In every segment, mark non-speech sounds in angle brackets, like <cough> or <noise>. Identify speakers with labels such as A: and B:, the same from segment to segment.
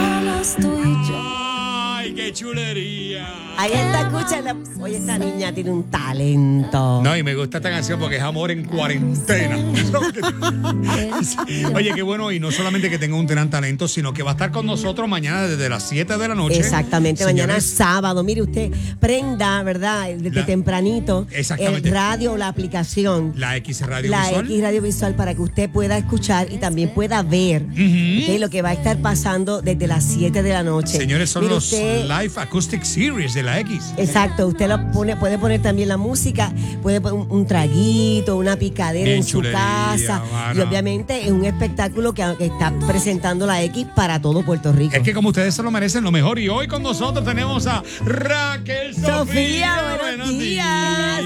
A: eres tú y
B: <laughs>
A: yo.
C: ¡Ay, qué chulería!
D: Ahí está, escúchala. Oye, esta niña tiene un talento.
C: No, y me gusta esta canción porque es amor en cuarentena. <laughs> Oye, qué bueno, y no solamente que tenga un gran talento, sino que va a estar con nosotros mañana desde las 7 de la noche.
D: Exactamente, mañana es
C: Señores,
D: sábado. Mire usted, prenda, ¿verdad? Desde
C: La-
D: tempranito.
C: Exactamente.
D: El radio o la aplicación.
C: La X Radio
D: la
C: Visual.
D: X radiovisual para que usted pueda escuchar y también pueda ver ok, lo que va a estar pasando desde las 7 de la noche.
C: Señores, son
D: Mire
C: los
D: usted-
C: Live Acoustic Series de la X.
D: Exacto, usted lo pone, puede poner también la música, puede poner un, un traguito, una picadera
C: Bien
D: en su
C: chulería,
D: casa. Y
C: mano.
D: obviamente es un espectáculo que que está presentando la X para todo Puerto Rico.
C: Es que como ustedes se lo merecen, lo mejor. Y hoy con nosotros tenemos a Raquel Sofía.
D: Sofía, buenos días.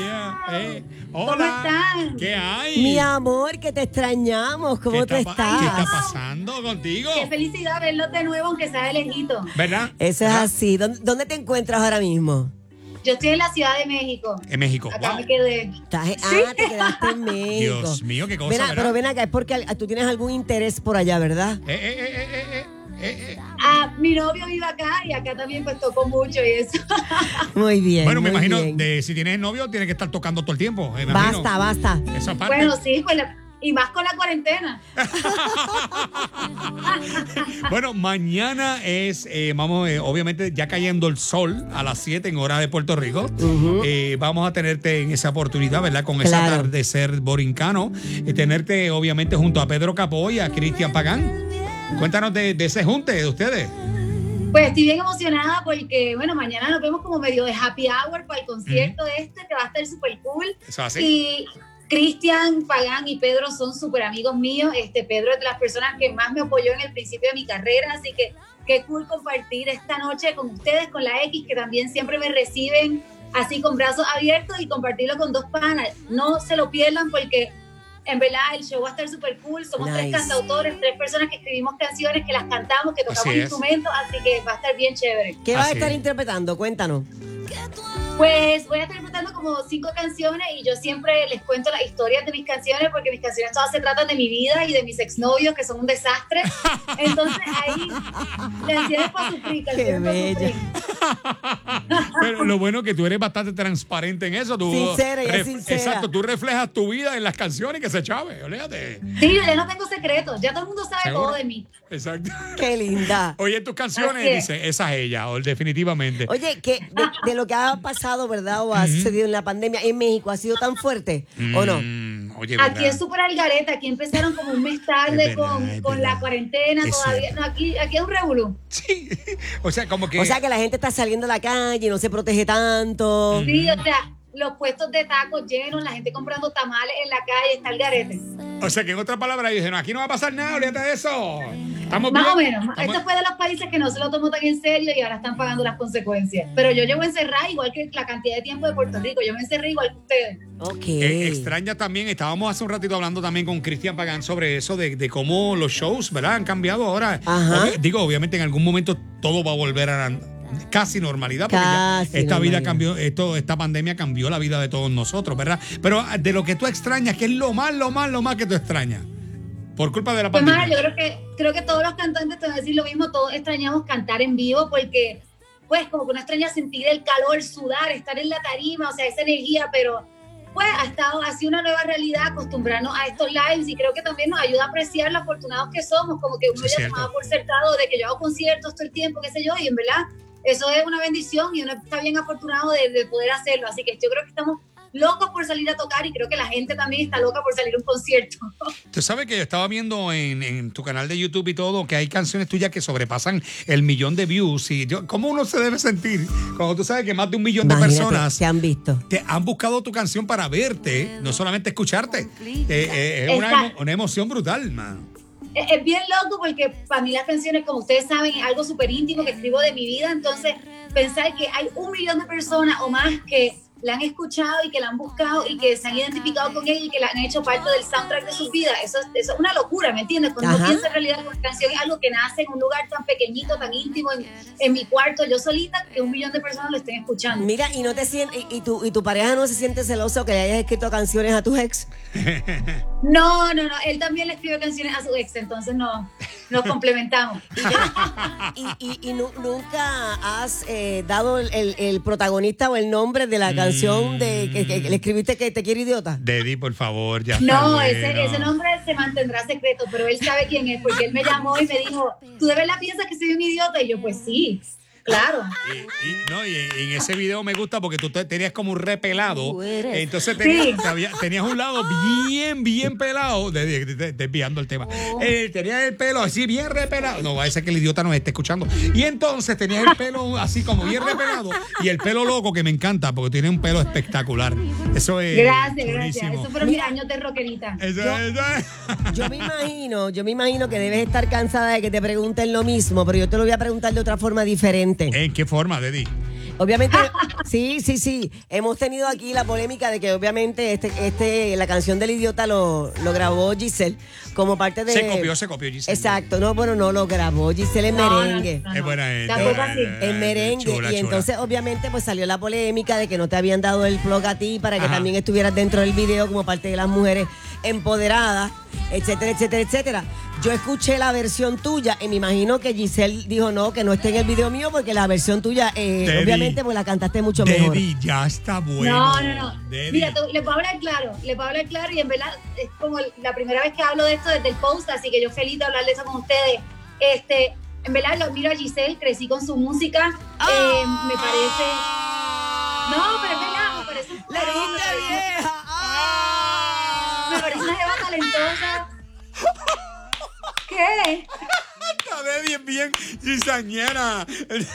C: Eh, hola.
B: están?
C: ¿Qué hay?
D: Mi amor, que te extrañamos,
C: ¿Qué
D: ¿cómo
C: está
D: te
C: pa-
D: estás?
C: ¿Qué está pasando contigo?
B: Qué felicidad verlos de nuevo, aunque sea de lejito.
C: ¿Verdad?
D: Eso es
C: ¿Verdad?
D: así. ¿Dónde, dónde te encuentras ahora mismo?
B: Yo estoy en la Ciudad de México.
C: En México.
B: Acá
C: Wow.
B: me quedé.
D: Estás- Ah, te quedaste en México.
C: Dios mío, qué cosa,
D: Ven a-
C: ¿verdad?
D: pero ven acá, es porque al- tú tienes algún interés por allá, ¿verdad?
C: Eh, eh, eh, eh, eh, eh, eh.
B: Ah, mi novio vive acá y acá también pues tocó mucho y eso.
D: Muy bien.
C: Bueno, me
D: muy
C: imagino,
D: bien.
C: de, si tienes novio, tienes que estar tocando todo el tiempo. eh, me imagino.
D: Basta, basta.
C: Esa
B: <laughs>
C: parte.
B: bueno, sí, pues la- y más con la cuarentena.
C: Bueno, mañana es, eh, vamos, eh, obviamente ya cayendo el sol a las 7 en hora de Puerto Rico. Eh, vamos a tenerte en esa oportunidad, ¿verdad? Con ese
D: Claro.
C: atardecer borincano. Y tenerte, obviamente, junto a Pedro Capó y a Cristian Pagán. Cuéntanos de, de ese junte de ustedes.
B: Pues estoy bien emocionada porque, bueno, mañana nos vemos como medio de happy hour para el concierto este que va a estar súper cool.
C: Eso es así.
B: Y Cristian, Pagán y Pedro son súper amigos míos. Este Pedro es de las personas que más me apoyó en el principio de mi carrera, así que qué cool compartir esta noche con ustedes, con la X, que también siempre me reciben así con brazos abiertos y compartirlo con dos panas. No se lo pierdan porque en verdad el show va a estar súper cool. Somos tres
D: Nice.
B: cantautores, tres personas que escribimos canciones, que las cantamos, que tocamos
C: Así es.
B: instrumentos, así que va a estar bien chévere.
D: ¿Qué vas a
C: Así
D: estar
C: es.
D: interpretando? Cuéntanos.
B: Pues voy a estar contando como cinco canciones y yo siempre les cuento las historias de mis canciones porque mis canciones todas se tratan de mi vida y de mis exnovios que son un desastre. Entonces ahí la ansiedad es para sufrir, la ansiedad es para
D: Qué
B: sufrir.
C: Pero lo bueno es que tú eres bastante transparente en eso. Tú,
D: Sincera, ella es
C: ref-
D: sincera.
C: Exacto, tú reflejas tu vida en las canciones que se chave, oléate.
B: Sí, yo ya no tengo secretos, ya todo el mundo sabe
C: ¿Seguro?
B: todo de mí.
C: Exacto.
D: Qué linda.
C: Oye, tus canciones,
B: Así es.
C: dice, esa es ella, o definitivamente.
D: Oye, que de, de lo que ha pasado, ¿verdad? O ha sucedido en la pandemia en México, ¿ha sido tan fuerte o no?
C: Mm, oye,
B: Aquí
C: ¿verdad?
B: es súper al garete, aquí empezaron como un mes
C: Es
B: tarde
C: verdad, es
B: con, con
C: verdad.
B: la cuarentena,
C: Es
B: todavía,
C: cierto.
B: no, aquí, aquí es un revolú.
C: Sí. O sea, como que.
D: O sea que la gente está saliendo a la calle y no se protege tanto.
B: Sí, o sea, los puestos de tacos llenos, la gente comprando tamales en la calle, está el garete.
C: O sea, que en otras palabras, dicen, aquí no va a pasar nada, olvídate de eso. Estamos
B: Más
C: bien,
B: o menos.
C: estamos-
B: Esto fue de los países que no se lo tomó tan en serio y ahora están pagando las consecuencias. Pero yo llevo encerrada igual que la cantidad de tiempo de
C: Mm.
B: Puerto Rico. Yo me encerré igual que ustedes.
D: Ok.
C: Eh, extraña también, estábamos hace un ratito hablando también con Cristian Pagán sobre eso, de, de cómo los shows, ¿verdad? Han cambiado ahora.
D: Ajá.
C: Obvi- digo, obviamente en algún momento todo va a volver a la casi normalidad, porque ya
D: Casi
C: esta vida
D: normalidad.
C: cambió, esto, esta pandemia cambió la vida de todos nosotros, ¿verdad? Pero ah, de lo que tú extrañas, ¿qué es lo más, lo más, lo más que tú extrañas? Por culpa de la
B: Pues
C: pandemia.
B: Mara, yo creo que, creo que todos los cantantes te van a decir lo mismo. Todos extrañamos cantar en vivo porque, pues, como que uno extraña sentir el calor, sudar, estar en la tarima, o sea, esa energía, pero. Pues ha estado, ha sido una nueva realidad acostumbrarnos a estos lives y creo que también nos ayuda a apreciar lo afortunados que somos, como que uno
C: Sí, es
B: ya
C: cierto.
B: tomaba por certado de que yo hago conciertos todo el tiempo, qué sé yo, y en verdad eso es una bendición y uno está bien afortunado de, de poder hacerlo, así que yo creo que estamos locos por salir a tocar y creo que la gente también está loca por salir a un concierto. <laughs>
C: Tú sabes que yo estaba viendo en, en tu canal de YouTube y todo que hay canciones tuyas que sobrepasan el millón de views. Y yo, ¿Cómo uno se debe sentir cuando tú sabes que más de un millón
D: Imagínate,
C: de personas
D: se han visto.
C: te han buscado tu canción para verte, no solamente escucharte? Eh, eh, es una, emo-
B: Exacto.
C: una emoción brutal, mano.
B: es, es bien loco porque para mí las canciones, como ustedes saben, es algo súper íntimo que escribo de mi vida. Entonces, pensar que hay un millón de personas o más que la han escuchado y que la han buscado y que se han identificado con ella y que la han hecho parte del soundtrack de sus vidas, eso, es- eso es una locura, ¿me entiendes? Cuando
D: Ajá.
B: uno piensa en realidad que una canción es algo que nace en un lugar tan pequeñito, tan íntimo, en, en mi cuarto, yo solita, que un millón de personas lo estén escuchando.
D: Mira, y no te sientes, y, y tu, y tu pareja no se siente celoso que le hayas escrito canciones a tus ex.
B: No, no, no, él también le escribe canciones a su ex, entonces no. nos complementamos.
D: Y, yo- y- y- y nu- nunca has eh, dado el, el- el protagonista o el nombre de
C: Mm.
D: la canción de que, que- que le escribiste que te quiere idiota.
C: Dedi, por favor, ya. está
B: No,
C: bueno.
B: ese, ese nombre se mantendrá secreto, pero él sabe quién es, porque él me llamó y me dijo, ¿tú de verdad piensas que soy un idiota? Y yo, pues sí, claro.
C: Y, y- no, y en- en ese video me gusta porque tú te- tenías como un repelado.
A: Tú eres.
C: Entonces tenías,
B: Sí.
C: sabía- tenías un lado bien, bien pelado. de- de- de- desviando el tema.
B: Oh.
C: Eh, tenías el pelo así bien repelado. No, va a ser que el idiota nos esté escuchando. Y entonces tenías el pelo así como bien repelado. Y el pelo loco que me encanta porque tiene un pelo espectacular. Eso es.
B: Gracias, gracias.
C: chulísimo.
B: Esos fueron mis años de rockerita.
C: Eso, eso es.
D: Yo me imagino, yo me imagino que debes estar cansada de que te pregunten lo mismo, pero yo te lo voy a preguntar de otra forma diferente.
C: ¿En qué forma, Dedi? <laughs>
D: Obviamente, sí, sí, sí. Hemos tenido aquí la polémica de que obviamente este, este, la canción del idiota lo, lo grabó Giselle como parte de.
C: Se copió, se copió, Giselle.
D: Exacto, no, bueno, no lo grabó Giselle en
B: No, no,
D: merengue.
B: no, no.
C: Es buena ella,
B: Tampoco
C: buena
B: así.
C: ella.
D: En merengue.
C: Chula,
D: y
C: chula.
D: entonces, obviamente, pues salió la polémica de que no te habían dado el plug a ti para que
C: Ajá.
D: también estuvieras dentro del video como parte de las mujeres empoderadas, etcétera, etcétera, etcétera. Yo escuché la versión tuya y me imagino que Giselle dijo no, que no esté en el video mío porque la versión tuya, eh,
C: Debbie.
D: obviamente, pues la cantaste mucho mejor.
C: Dedi, ya está bueno.
B: no, no, no.
C: Dedi.
B: Mira, te- les voy a hablar claro, les voy a hablar claro y en verdad es como la primera vez que hablo de esto desde el post, así que yo feliz de hablar de eso con ustedes. Este, en verdad lo admiro a Giselle, crecí con su música, eh, me parece... No, pero es verdad, me parece...
D: ¡Ah! ¡La dijiste vieja! ¡Ah!
B: Me parece una jeva talentosa. ¿Qué?
C: A Dedi es bien cizañera.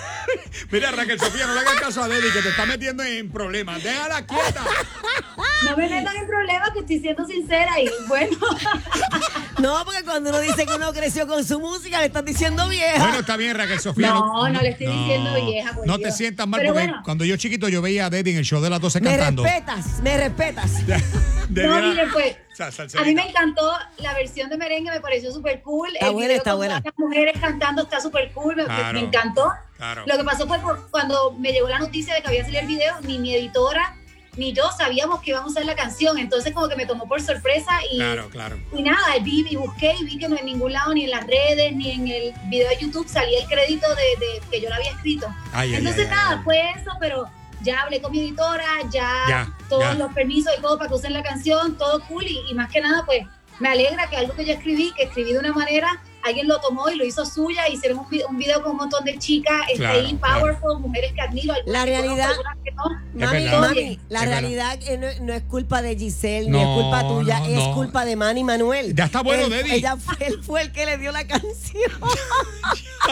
C: <laughs> Mira, Raquel Sofía, no le hagas caso a Dedi, que te está metiendo en problemas. Déjala
B: <laughs>
C: quieta.
B: No me metan en problemas que estoy siendo sincera y bueno.
D: No, porque cuando uno dice que uno creció con su música, le estás diciendo vieja.
C: Bueno, está bien, Raquel Sofía.
B: No, no le estoy diciendo vieja, por
C: No te
B: Dios.
C: sientas mal,
B: Pero
C: porque
B: bueno.
C: cuando yo chiquito yo veía a Dedi en el show de las 12
D: me
C: cantando.
D: respetas, me respetas.
C: Dedi
B: No,
C: era-
B: miren, pues,
C: Sa- salserita.
B: a mí me encantó la versión de merengue, me pareció súper cool.
D: Está buena, está
B: con
D: buena.
B: Las mujeres cantando está súper cool, me,
C: Claro.
B: me encantó.
C: Claro.
B: Lo que pasó fue por- cuando me llegó la noticia de que había salido el video, ni mi editora ni yo sabíamos que íbamos a usar la canción, entonces como que me tomó por sorpresa y
C: Claro, claro.
B: Y nada, vi y busqué y vi que no en ningún lado, ni en las redes, ni en el video de YouTube salía el crédito de, de que yo lo había escrito.
C: Ay, ay,
B: Entonces
C: ay, ay,
B: nada,
C: ay.
B: fue eso, pero ya hablé con mi editora, ya,
C: Ya,
B: todos
C: ya.
B: los permisos y todo para que usen la canción, todo cool y, y más que nada pues me alegra que algo que yo escribí, que escribí de una manera, alguien lo tomó y lo hizo suya, hicieron un, vi- un video con un montón de chicas, está
C: Claro,
B: ahí,
C: claro.
B: powerful, mujeres que admiro, algunas
D: La
B: que conozco,
D: realidad-
B: algunas que no.
D: Mami,
C: verdad.
D: mami, la
C: Es verdad.
D: realidad eh, no, no es culpa de Giselle, ni es
C: No,
D: culpa tuya,
C: no,
D: es
C: no.
D: culpa de Manny Manuel.
C: Ya está bueno,
D: Él-
C: Debbie.
D: Ella fue, él fue el que le dio la canción.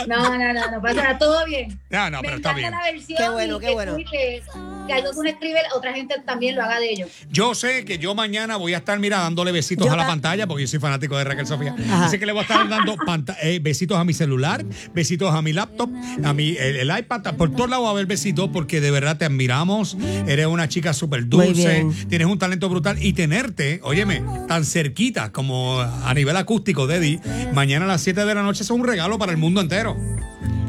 B: No, no, no, no pasa nada, todo bien.
C: No, Ah, no,
B: me
C: pero está
B: encanta
C: bien.
B: la versión.
D: Qué bueno,
B: y
D: qué
B: que
D: bueno.
B: tú- Que, que algo que uno escribe, otra gente también lo haga de ellos.
C: Yo sé que yo mañana voy a estar, mira, dándole besitos
D: Yo
C: a la
D: ta-
C: pantalla, porque yo soy fanático de Raquel Sofía.
D: Ajá.
C: Así que le voy a estar dando panta- eh, besitos a mi celular, besitos a mi laptop, a mi el, el iPad. Por todos lados va a haber besitos, porque de verdad te admiramos. Eres una chica súper
D: Muy
C: dulce,
D: bien.
C: tienes un talento brutal. Y tenerte, óyeme, tan cerquita como a nivel acústico, Dedi, mañana a las 7 de la noche es un regalo para el mundo entero.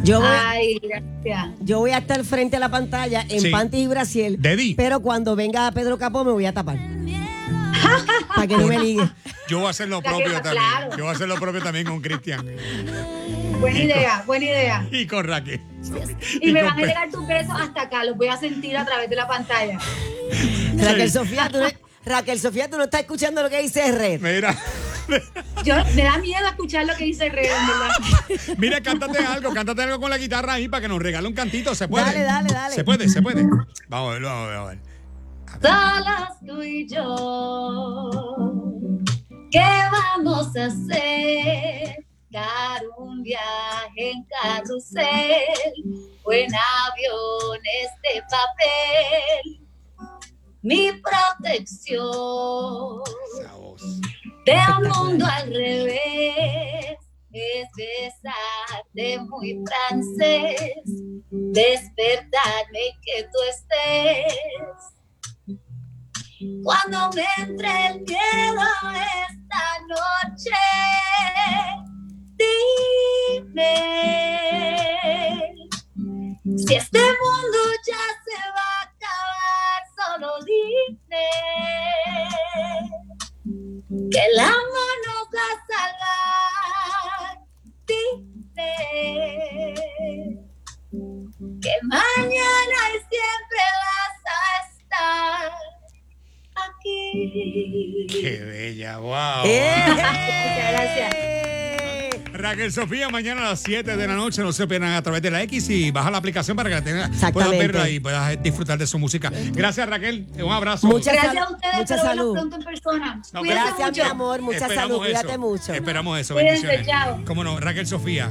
D: Yo voy,
B: Ay, gracias.
D: Ah. yo voy a estar frente a la pantalla en
C: Sí.
D: panty y brasiel,
C: Debbie.
D: pero cuando venga Pedro Capó me voy a tapar. Para que no
C: Pues,
D: me ligue.
C: Yo voy a hacer lo
B: Claro,
C: propio también.
B: claro.
C: Yo voy a hacer lo propio también con Cristian
B: Buena idea, buena idea.
C: y con Raquel.
B: Y me
C: con
B: van a
C: Pe-
B: llegar tus besos hasta acá, los voy a sentir a través de la pantalla.
D: Raquel Sofía, tú no, Raquel Sofía, tú no estás escuchando lo que dice Red.
C: Mira. <laughs>
B: Yo, me da miedo escuchar lo que dice Rey, en ¿verdad?
C: Mira, cántate algo, cántate algo con la guitarra ahí para que nos regale un cantito. Se puede.
D: Dale, dale, dale.
C: Se puede, se puede. Vamos a ver, vamos a ver, vamos a
B: Solas
C: ver.
B: tú y yo, ¿qué vamos a hacer? Dar un viaje en carrusel o en aviones de papel. Mi protección
C: Esa voz.
B: de un mundo al revés es besarte muy francés, despertarme y que tú estés. Cuando me entre el miedo esta noche, dime si este mundo ya se va a acabar, solo dime que el amor nos va a salvar.
C: Qué bella, wow.
D: Eh.
B: Muchas gracias.
C: Raquel Sofía, mañana a las 7 de la noche, no se pierdan a través de la X y baja la aplicación para que la tengas, puedas
D: Exactamente.
C: verla y puedas eh, disfrutar de su música. Gracias, Raquel. Un abrazo.
D: Muchas
B: Gracias a ustedes
D: Mucha
B: por vernos
D: salud.
B: pronto en persona.
C: No,
B: Cuídense
D: gracias,
B: mucho.
D: mi amor. Mucha
C: Esperamos
D: salud.
C: eso.
D: Cuídate mucho.
C: Esperamos eso.
B: Cuídense,
C: Bendiciones.
B: chao.
C: Cómo no, Raquel Sofía.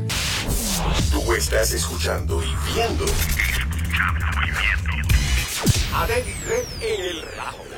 A: Tú estás escuchando y viendo. Escuchando y viendo. Adel y Red en el Rajo.